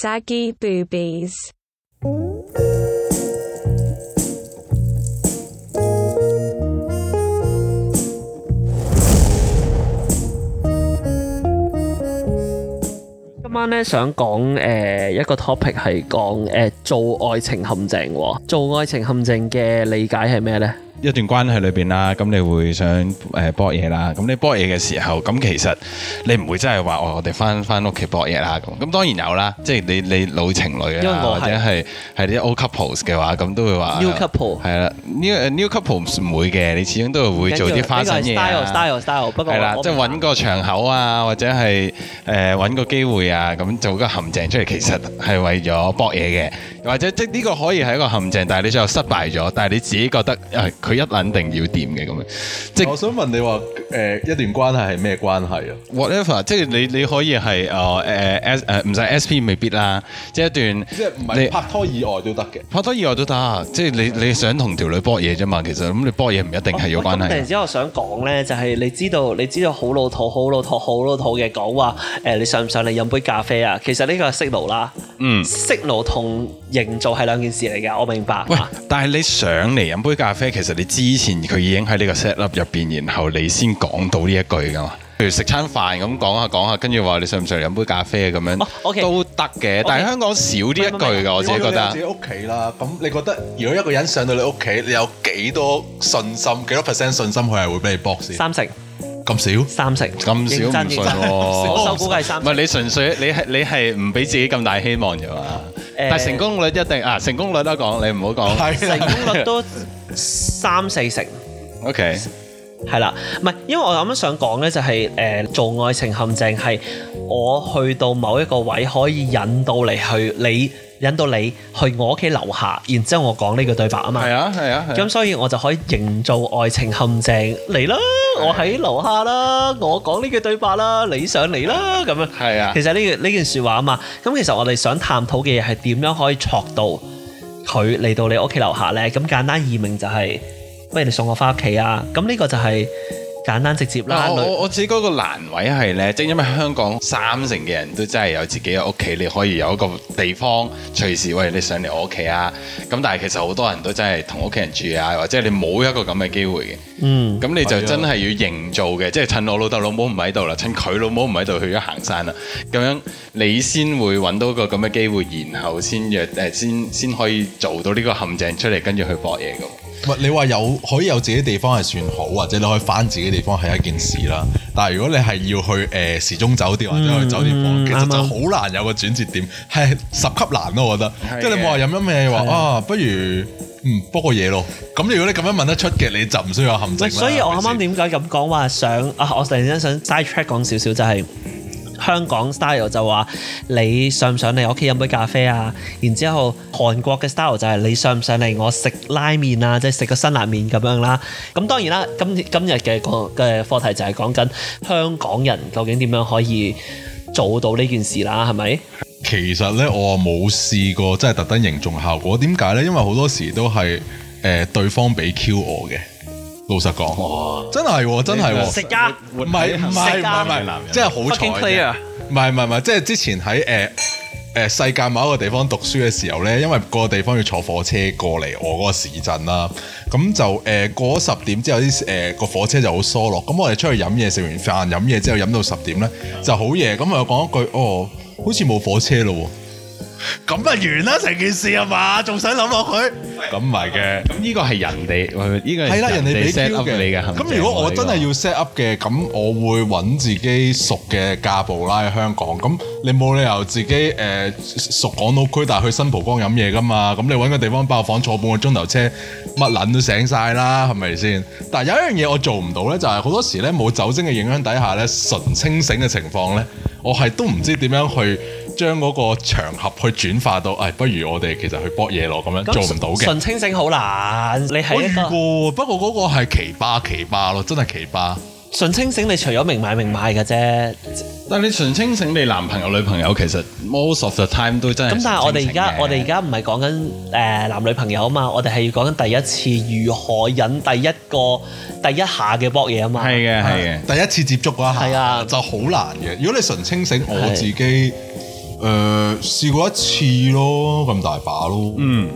saggy boobies. 今晚咧想講誒、呃一個 topic 係講誒做愛情陷阱喎，做愛情陷阱嘅理解係咩呢？一段關係裏邊啦，咁你會想誒搏嘢啦，咁你搏嘢嘅時候，咁其實你唔會真係話哦，我哋翻翻屋企搏嘢啦咁，咁當然有啦，即係你你老情侶因為啊，我或係者係係啲 old couples 嘅話，咁都會話 New couple 係啦，new 誒 new couples 唔會嘅，你始終都係會做啲花神嘢啊 style style style，不過係啦，我即係揾個場口啊，或者係誒揾個機會啊，咁做個陷阱出嚟，其實係為咗搏嘢嘅，或者即係呢個可以係一個陷阱，但係你最後失敗咗，但係你自己覺得誒佢一撚定要掂嘅咁樣，即係我想問你話誒、一段關係係咩關係啊？ whatever，即係你你可以係哦誒誒 S 誒唔使 SP 未必啦，即係一段即係唔你係拍拖以外都得嘅。拍拖以外都得，即係你你想同條女搏嘢啫嘛，其實咁你搏嘢唔一定係有關咁突然係之。間，我想講咧，就係你知道，你知道好老土、好老土、好老土嘅講話，誒，你上唔上嚟飲杯咖啡啊？其實呢個係 signal 啦嗯，signal 同營造係兩件事嚟嘅，我明白。啊喂，但係你上嚟飲杯咖啡，其實你之前佢已經喺呢個 set up 入邊，然後你先講到呢一句噶嘛。譬如食餐飯咁講下講下，跟住話你上唔上嚟飲杯咖啡啊咁樣哦，OK 都得嘅。但係香港少呢一句噶，我自己覺如果你有得自。己屋企啦，咁你覺得如果一個人上到你屋企，你有幾多信心？幾多 percent 信心佢係會俾你搏先？三成，咁少？三成，咁認少真認唔信真喎，我手估計三唔成係。你純粹你係你係唔俾自己咁大希望啫嘛。但係成功率一定啊，成功率都講你唔好講。係成啦功率都三四成。 O K，係啦，唔係，因為我啱啱想講咧、就係誒做愛情陷阱係我去到某一個位可以引到你去，你引到你去我屋企樓下，然之後我講呢句對白啊嘛係。啊係啊係咁啊。所以我就可以營造愛情陷阱嚟啦，我喺樓下啦，我講呢句對白啦，你上嚟啦咁樣。係啊其實呢句呢件説話啊嘛，咁其實我哋想探討嘅嘢係點樣可以戳到佢嚟到你屋企樓下呢？咁簡單易明就係、不如你送我翻屋企啊！咁呢個就係簡單直接啦。啊我女我我自己嗰個難位係咧，即係因為香港三成嘅人都真係有自己嘅屋企，你可以有一個地方隨時喂你上嚟我屋企啊。咁但係其實好多人都真係同屋企人住啊，或者你冇一個咁嘅機會嘅。嗯，咁你就啊真係要營造嘅，即係趁我老豆老母唔喺度啦，趁佢老母唔喺度去咗行山啦，咁樣你先會揾到個咁嘅機會，然後先約誒、先先可以做到呢個陷阱出嚟，跟住去搏嘢咁。唔係你話有可以有自己地方係算好，或者你可以翻自己地方係一件事啦。但係如果你係要去誒、呃、時鐘酒店或者去酒店房，嗯其實啱就好難有個轉折點，係十級難咯，我覺得。啊係嘅即係你冇話飲飲咩話啊，不如嗯煲個嘢咯。咁如果你咁樣問得出嘅，你就唔需要有陷阱喂，啦所以我啱係啱咪先點解咁講話想啊？我突然間想 side track 講少少就係、香港 style 就話你上唔上嚟我屋企飲杯咖啡啊？然之後韓國嘅 style 就係你上唔上嚟我食拉麵啊，即係食個辛辣麵咁樣啦。咁當然啦，今今日嘅個嘅課題就係講緊香港人究竟點樣可以做到呢件事啦，係咪？其實咧，我冇試過真係特登營造效果。點解咧？因為好多時都係誒、呃、對方俾 Q 我嘅。老實哦講，真係喎，真係喎。食家唔係唔係唔係食家唔係，即係好彩 Fucking clear 啫。唔係唔係唔係，即係之前喺誒誒世界某一個地方讀書嘅時候咧，因為個地方要坐火車過嚟我嗰個市鎮啦，咁就誒、呃、過咗十點之後啲誒個火車就好疏落，咁我哋出去飲嘢，食完飯飲嘢之後飲到十點咧就好夜，咁我講一句哦，好似冇火車咯喎。咁咪完啦成件事係嘛？仲想諗落去？咁唔係嘅。咁呢個係人哋，喂呢個係係啦，人哋俾 set Q up 你嘅嘅。陷阱咁如果我喎呢個真係要 set up 嘅，咁我會揾自己熟嘅架步啦，喺香港。咁你冇理由自己誒、呃熟港島區，但係去新蒲崗飲嘢噶嘛？咁你揾個地方爆房坐半個鐘頭車，乜撚都醒晒啦，係咪先？但係有一樣嘢我做唔到呢，就係、好多時呢，冇酒精嘅影響底下呢，純清醒嘅情況呢，我係都唔知點樣去。將嗰個場合去轉化到，誒、不如我哋其實去搏嘢咯，咁樣做唔到嘅。純清醒好難，你我係一遇個過喎，不過嗰個係奇葩奇葩咯，真係奇葩。純清醒，你除咗明買明賣嘅啫。但係你純清醒，你男朋友女朋友其實 most of the time 都真係咁但係我哋而家純清醒嘅我哋而家唔係講緊誒男女朋友啊嘛，我哋係要講緊第一次如何引第一個第一下嘅搏嘢啊嘛。係嘅係嘅。第一次接觸嗰一下，係啊就好難嘅。如果你純清醒，我自己誒試過一次咯，咁大把咯。嗯。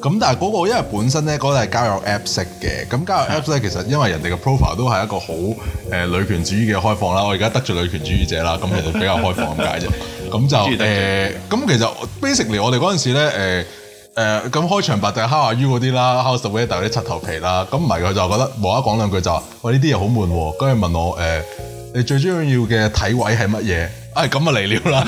咁但係嗰個因為本身咧嗰個係交友 app 識嘅，咁交友 app 咧其實因為人哋嘅 profile 都係一個好誒、呃女權主義嘅開放啦，我而家得罪女權主義者啦，咁其實比較開放咁解啫。咁 就中意誒，得呃咁、其實 basically 我哋嗰陣時咧誒誒咁開場白就係 How are you 嗰啲啦，How's the weather 嗰啲柒頭皮啦，咁唔係佢就覺得無啦啦講兩句就話喂呢啲嘢好悶喎，跟住問我誒、呃你最中意要嘅體位係乜嘢？ 唉，咁啊嚟料啦！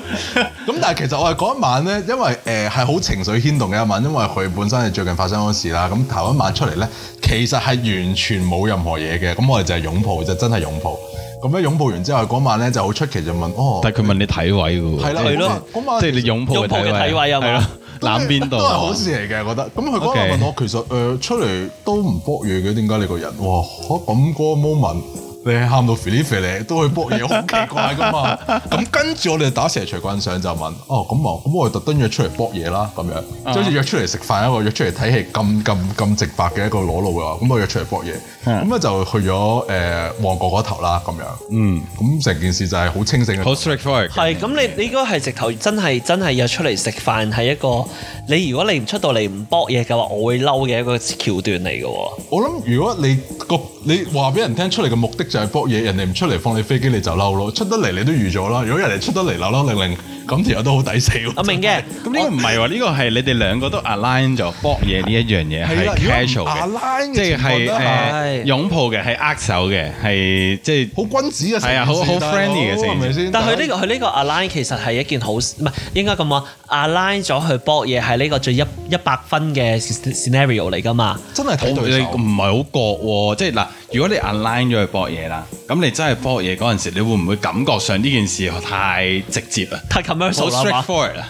咁但係其實我係嗰一晚咧，因為誒係好情緒牽動嘅一晚，因為佢本身係最近發生嗰事啦。咁頭一晚出嚟咧，其實係完全冇任何嘢嘅。咁我哋就係擁抱，就真係擁抱。咁樣擁抱完之後，嗰晚咧就好出奇就問哦，但係佢問你體位嘅喎，係啦即係係咯嗰晚即係你擁抱擁抱嘅體位啊嘛係咯，攬邊度啊都係啊好事嚟嘅，覺得。咁佢嗰 OK 日問我，其實誒、呃出嚟都唔搏嘢嘅，點解你個人？哇！咁嗰個 moment。你係喊到肥哩肥哩，都去搏嘢，好奇怪 噶嘛？咁跟住我哋打蛇隨棍上就問，哦咁啊，咁我哋特登約出嚟搏嘢啦，咁樣，啊即係好似約出嚟食飯一啊個，約出嚟睇戲咁咁咁直白嘅一個裸露嘅話，咁我約出嚟搏嘢，啊咁咧就去咗誒呃旺角嗰頭啦，咁樣，嗯，咁成件事就係好清醒嘅好 straightforward 嘅。係咁，你你應該係直頭真係真係約出嚟食飯係一個你如果你唔出到嚟唔搏嘢嘅話，我會嬲嘅一個橋段嚟嘅喎。我諗如果你個你話俾人聽出嚟嘅目的就係搏嘢，人哋唔出嚟放你飛機你就嬲咯，出得嚟你都預咗啦。如果人哋出得嚟嬲嬲令令，咁條友都好抵死喎。啊我明嘅，咁呢個唔係喎，呢個係你哋兩個都 align 咗搏嘢呢一樣嘢係啦係 casual 如果唔 align 嘅，嘅即係情況都係誒擁抱嘅，係握手嘅，係即係好君子嘅成件事係啊好好大佬 friendly 嘅成件事係咪先？但佢呢、個佢呢個 align 其實係一件好事唔係應該咁講 align 咗去搏嘢係呢個最一一百分嘅 scenario 嚟㗎嘛。真係睇我對你手。唔係好覺喎，即係嗱，如果你 align 咗去搏嘢啦，咁你真係搏嘢嗰陣時，你會唔會感覺上呢件事太直接啊？太好 commercial 啦嘛。 straightforward 啊！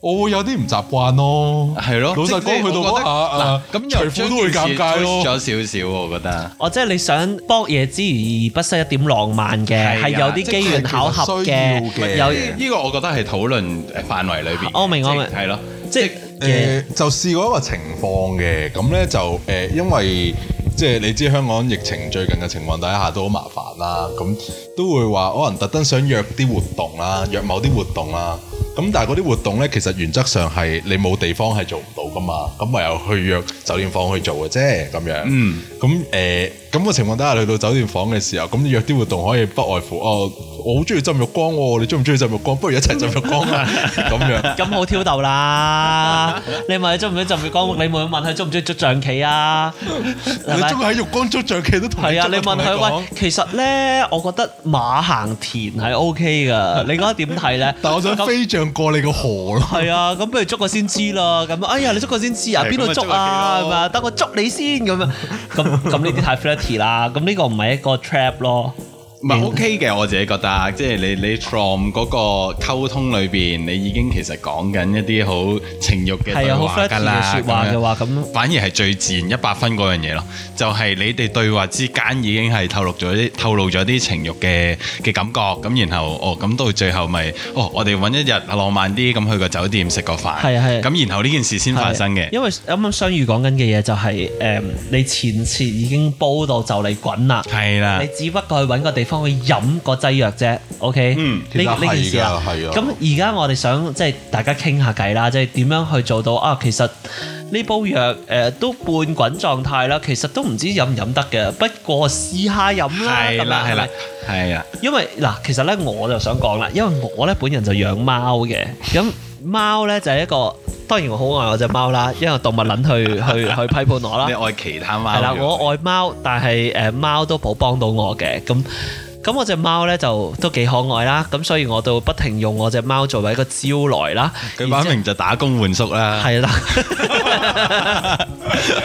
我會有啲唔習慣咯，係咯，老實即係講，去到我覺嗰得下啊，嗱，咁又除褲都會尷尬將咯。件事 push 咗少少喎，我覺得。哦，即係你想搏嘢之餘，而不失一點浪漫嘅，係啊係有啲機緣巧合嘅即係其實需要，嘅有係啊呢個我覺得係討論誒範圍裏邊嘅。哦我明我明即係係咯，即係誒、就試過一個情況嘅，咁咧就誒、因為即係你知香港疫情最近嘅情況底下都好麻煩啦，咁都會話哦可能特登想約啲活動啦，約某啲活動啦，咁但係嗰啲活動咧其實原則上係你冇地方係做唔到噶嘛，咁唯有去約酒店房去做嘅啫，咁樣。嗯。咁誒咁嘅情況底下，去到酒店房嘅時候，咁約啲活動可以不外乎哦，我好中意浸浴缸喎、你中唔中意浸浴缸？不如一齊浸浴缸啊，咁樣。咁好挑逗 啦。你問佢中唔中意浸浴缸，你會問佢中唔中意捉象 棋啊？係你咪中意喺浴缸捉象棋都同係啊，你問問佢喂，其實咧，我覺得馬行田係 OK 噶，你覺得點睇咧？但我想咁飛象過你個河咯。係啊，咁不如捉個先知啦。咁哎呀，你捉個先知啊？係邊度捉啊？咁咪捉個棋咯係咪啊？等我捉你先咁樣。咁咁呢啲太 flirty 啦。咁呢個唔係一個 trap 咯。唔係 OK 嘅，我自己覺得，啊即係你你 from 嗰個溝通裏邊，你已經其實講緊一啲好情慾嘅係對啊，好話 flirty 㗎嘅啦。説話咁樣嘅話，咁啊反而係最自然一百分嗰樣嘢咯，就係、你哋對話之間已經係透露咗啲透露咗啲情慾嘅嘅感覺，咁然後哦咁到最後咪哦我哋揾一日浪漫啲咁去個酒店食個飯，係啊係啊咁然後呢件事先發生嘅，因為啱啱相遇講緊嘅嘢就係、誒、你前次已經煲到就嚟滾啦。係啦你，只不過去揾個地方去飲個劑藥啫，OK？嗯呢其實係呢件事啦。㗎係啊咁而家我哋想即係大家傾下偈啦，即係點樣去做到啊？其實呢煲藥誒、呃都半滾狀態啦，其實都唔知飲唔飲得嘅，不過試下飲啦。咁樣係係啦係啦咪係啦，因為嗱，其實咧我就想講啦，因為我咧本人就養貓嘅，咁貓咧就係一個當然我好愛我只貓啦，因為動物撚去去去批判我啦你，愛其他貓啊係啦，嘅我愛貓，但係誒貓都冇幫到我嘅，咁咁我只貓咧就都幾可愛啦，咁所以我就不停用我只貓作為一個招來啦，佢擺然之後明就打工換宿啦，係啦，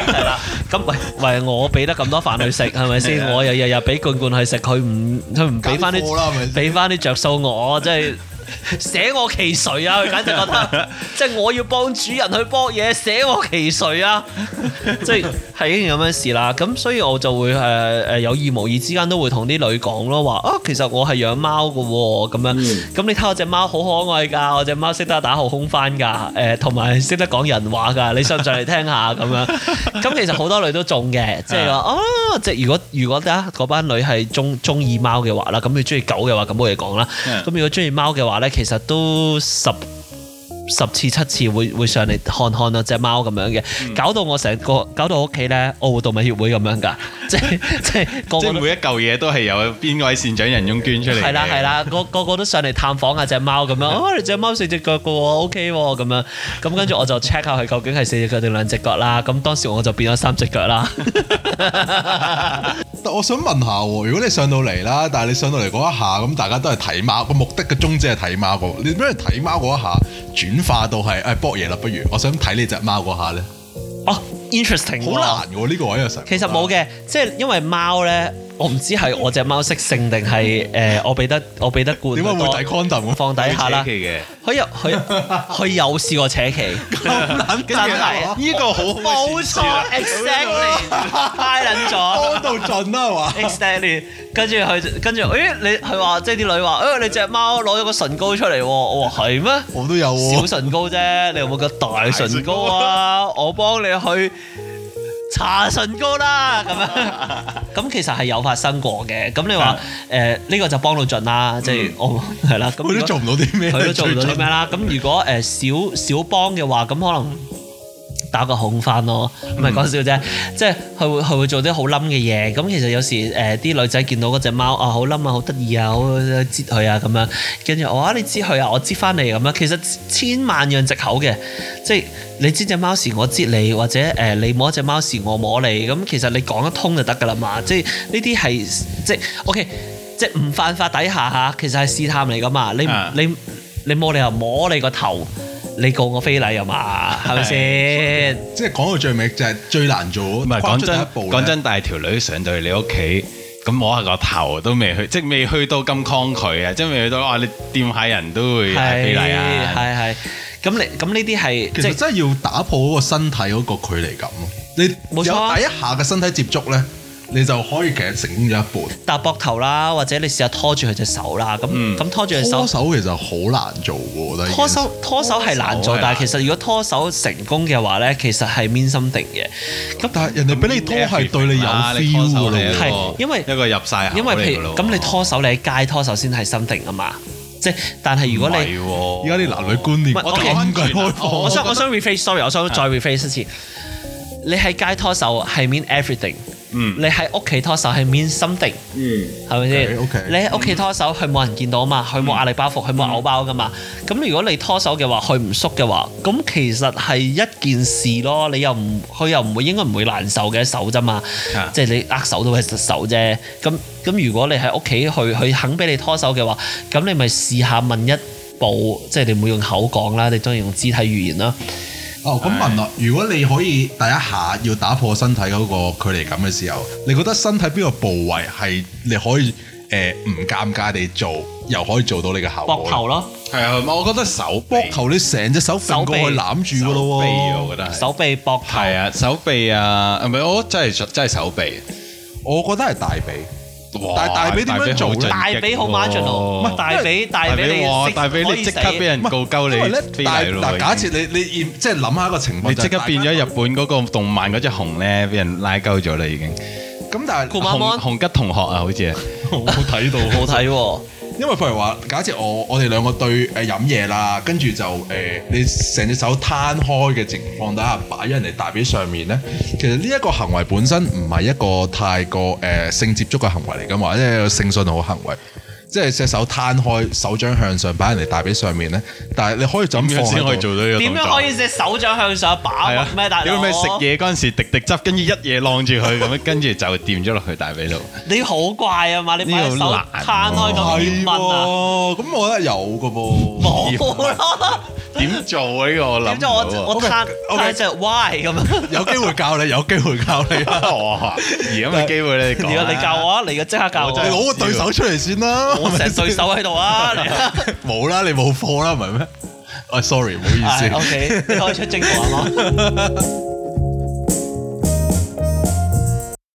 係啦。咁喂喂，我俾得咁多飯去食，係咪係先？啊我又日日俾罐罐去食，佢唔佢唔俾翻揀貨啦係咪啲先俾翻啲着數我，即係。捨我其誰啊！佢簡直覺 得，即係我要幫主人去搏嘢，捨我其誰啊！即係係一件咁樣事啦。咁所以我就會誒誒、呃有意無意之間都會同啲女講咯，話啊其實我係養貓嘅喎，咁樣。咁、你睇我只貓好可愛㗎，我只貓識得打後空翻㗎，誒同埋識得講人話㗎，你想唔想嚟聽下咁樣？咁其實好多女都中嘅，即係話啊，即係如果如果啊咧嗰班女係中中意貓嘅話啦，咁佢中意狗嘅話咁冇嘢講啦。嗯咁如果中意貓嘅話咧。咧，其實都十。十次七次會會上嚟看看啊只貓咁樣嘅，搞到我成個搞到我屋企咧愛護動物協會咁樣㗎， 即係即係個即個都係每一嚿嘢都係有邊位善長人翁捐出嚟嘅。係啦係啦，個個個都上嚟探訪下只貓咁樣，啊你只貓四隻腳嘅喎，OK 喎咁樣，咁跟住我就 check 下佢究竟係四隻腳定兩隻腳啦，咁當時我就變咗三隻腳啦，但我想問下喎，如果你上到嚟啦，但係你上到嚟嗰一下，咁大家都係睇貓，個目的嘅宗旨係睇貓嘅喎。你點樣睇貓嗰一下轉化到係誒搏嘢啦？不如我想睇你只貓嗰下咧，哦 interesting 好喎難嘅喎呢個位又成。其實冇嘅，即係因為貓咧，我唔知係我只貓識性定係誒我俾得我俾得灌點解會多抵 condom 放底下啦扯。旗嘅。佢有 佢佢有試過扯旗，真係呢個好冇錯，exactly 太撚咗。幫到盡啦係 嘛？ exactly，跟住佢跟住，咦你佢話即係啲女話，誒你隻貓攞咗個唇膏出嚟喎，我話係咩？我都有小喎，唇膏啫，你有冇個大唇膏啊？我幫你去搽唇膏啦，咁 樣。咁其實係有發生過嘅。咁你話誒呢個就幫到盡啦，即係我係啦。咁佢如果都做唔到啲咩，嗯佢都做唔到啲最咩盡。啦。咁如果呃誒少少幫嘅話，咁可能打個孔翻咯，唔係講笑啫。即係佢會佢會做啲好冧嘅嘢。咁其實有時誒啲、女仔見到嗰只貓啊，好冧啊，好得意啊，好擠佢啊咁樣，跟住我話你擠佢啊，我擠翻你咁樣。其實千萬樣藉口嘅，即係你知只貓時我擠你，或者誒、呃你摸只貓時我摸你。咁其實你講得通就得㗎啦嘛。即係呢啲係即係 OK。即係唔犯法底下嚇，其實係試探嚟噶嘛。你唔啊你你冇理由摸你個頭，你告我非禮啊嘛，係咪先？即係講到最尾就係最難做，唔唔係講真，講講真，真，帶條女上到去你屋企，咁摸下個頭都未去，即係未去到咁抗拒啊！即係未去到啊，你掂下人都會係非禮係啊！係係。咁你咁呢啲係其即實係真係要打破嗰個身體嗰個距離感咯。你冇有第一錯啊下嘅身體接觸咧，你就可以其實成功咗一半。搭膊頭啦，或者你試下拖住佢隻手啦。咁咁拖住佢手，拖手其實好難做喎，我覺得。拖手拖手係難做拖但手係，難係其實如果拖手成功嘅話咧，其實係 mean something 嘅。但係人哋俾你拖係對你有啊你 feel 拖手㗎係一個咯係喎。因為一個入晒口因為譬嚟㗎如咯喎咁你拖手，你喺街拖手先係 something 啊嘛。即係但係如果你而家啲男女觀念唔係我啊咁鬼開放，我想我想 rephrase，sorry，我想再 rephrase 一次。啊你喺街拖手係 mean everything，嗯你喺屋企拖手係 mean something，係咪先 OK，OK 你喺屋企拖手，佢冇人見到啊嘛，嗯佢冇壓力包袱，佢冇嘔包噶嘛。咁如果你拖手嘅話，佢唔縮嘅話，咁其實係一件事咯。你又唔，佢又唔會應該唔會難受嘅手啫嘛啊。即係你握手都係手啫。咁咁如果你喺屋企佢佢肯俾你拖手嘅話，咁你咪試下問一步，即係你唔會用口講啦，你當然用肢體語言啦。哦，咁問啦，如果你可以第一下要打破身體嗰個距離感嘅時候，你覺得身體邊個部位係你可以誒唔、尷尬地做，又可以做到你嘅效果膊咧？頭咯，係啊，我覺得手臂膊頭你成隻手揈過去攬住㗎咯手臂啊喎我。覺得係手臂、膊頭。係啊，手臂啊，唔係我真係真係手臂。我覺得係大髀。哇但係大髀點樣做咧大髀好 marginal，唔係大髀大髀你哇識大髀可你以即刻死俾人告鳩因為咧，你非但禮咯但已經假設你你現即係諗下一個情況，你就即係刻大家變咗日本嗰個動漫嗰只熊咧，俾人拉鳩咗啦已經。咁，但係顧馬熊芒熊吉同學啊，好 似係我睇到冇睇喎，因為譬如話，假設我我哋兩個對誒飲嘢啦，跟住就誒、呃你成隻手攤開嘅情況底下擺咗人哋大髀上面咧，其實呢一個行為本身唔係一個太過誒、呃性接觸嘅行為嚟㗎嘛，即係一個性信號嘅行為。即係隻手攤開，手掌向上擺喺人哋大髀上面咧，但係你可以就咁咁放樣喺先可以度做到呢個點動樣可作以。隻手掌向上把係啊咩大屌佬？咩食嘢嗰陣時滴滴汁，跟住一嘢晾住佢咁樣，跟住就掂咗落去大髀度。你好怪啊嘛！你把隻手呢攤個好開咁係點問啊？喎，咁我覺得有㗎噃。冇咯，點做啊呢個我諗點唔知到我啊我 OK，攤 OK 攤隻 Y 咁 樣？有機會教你，有機會教你。啊哇而 家咪機會你你講啊你教我啊！你嘅即刻教我我你啊，真係攞個對手出嚟先啦。我成對手喺度啊！你冇啦，你冇貨啦，唔係咩？啊，sorry，唔好意思。 O K，你可以出正話嘛？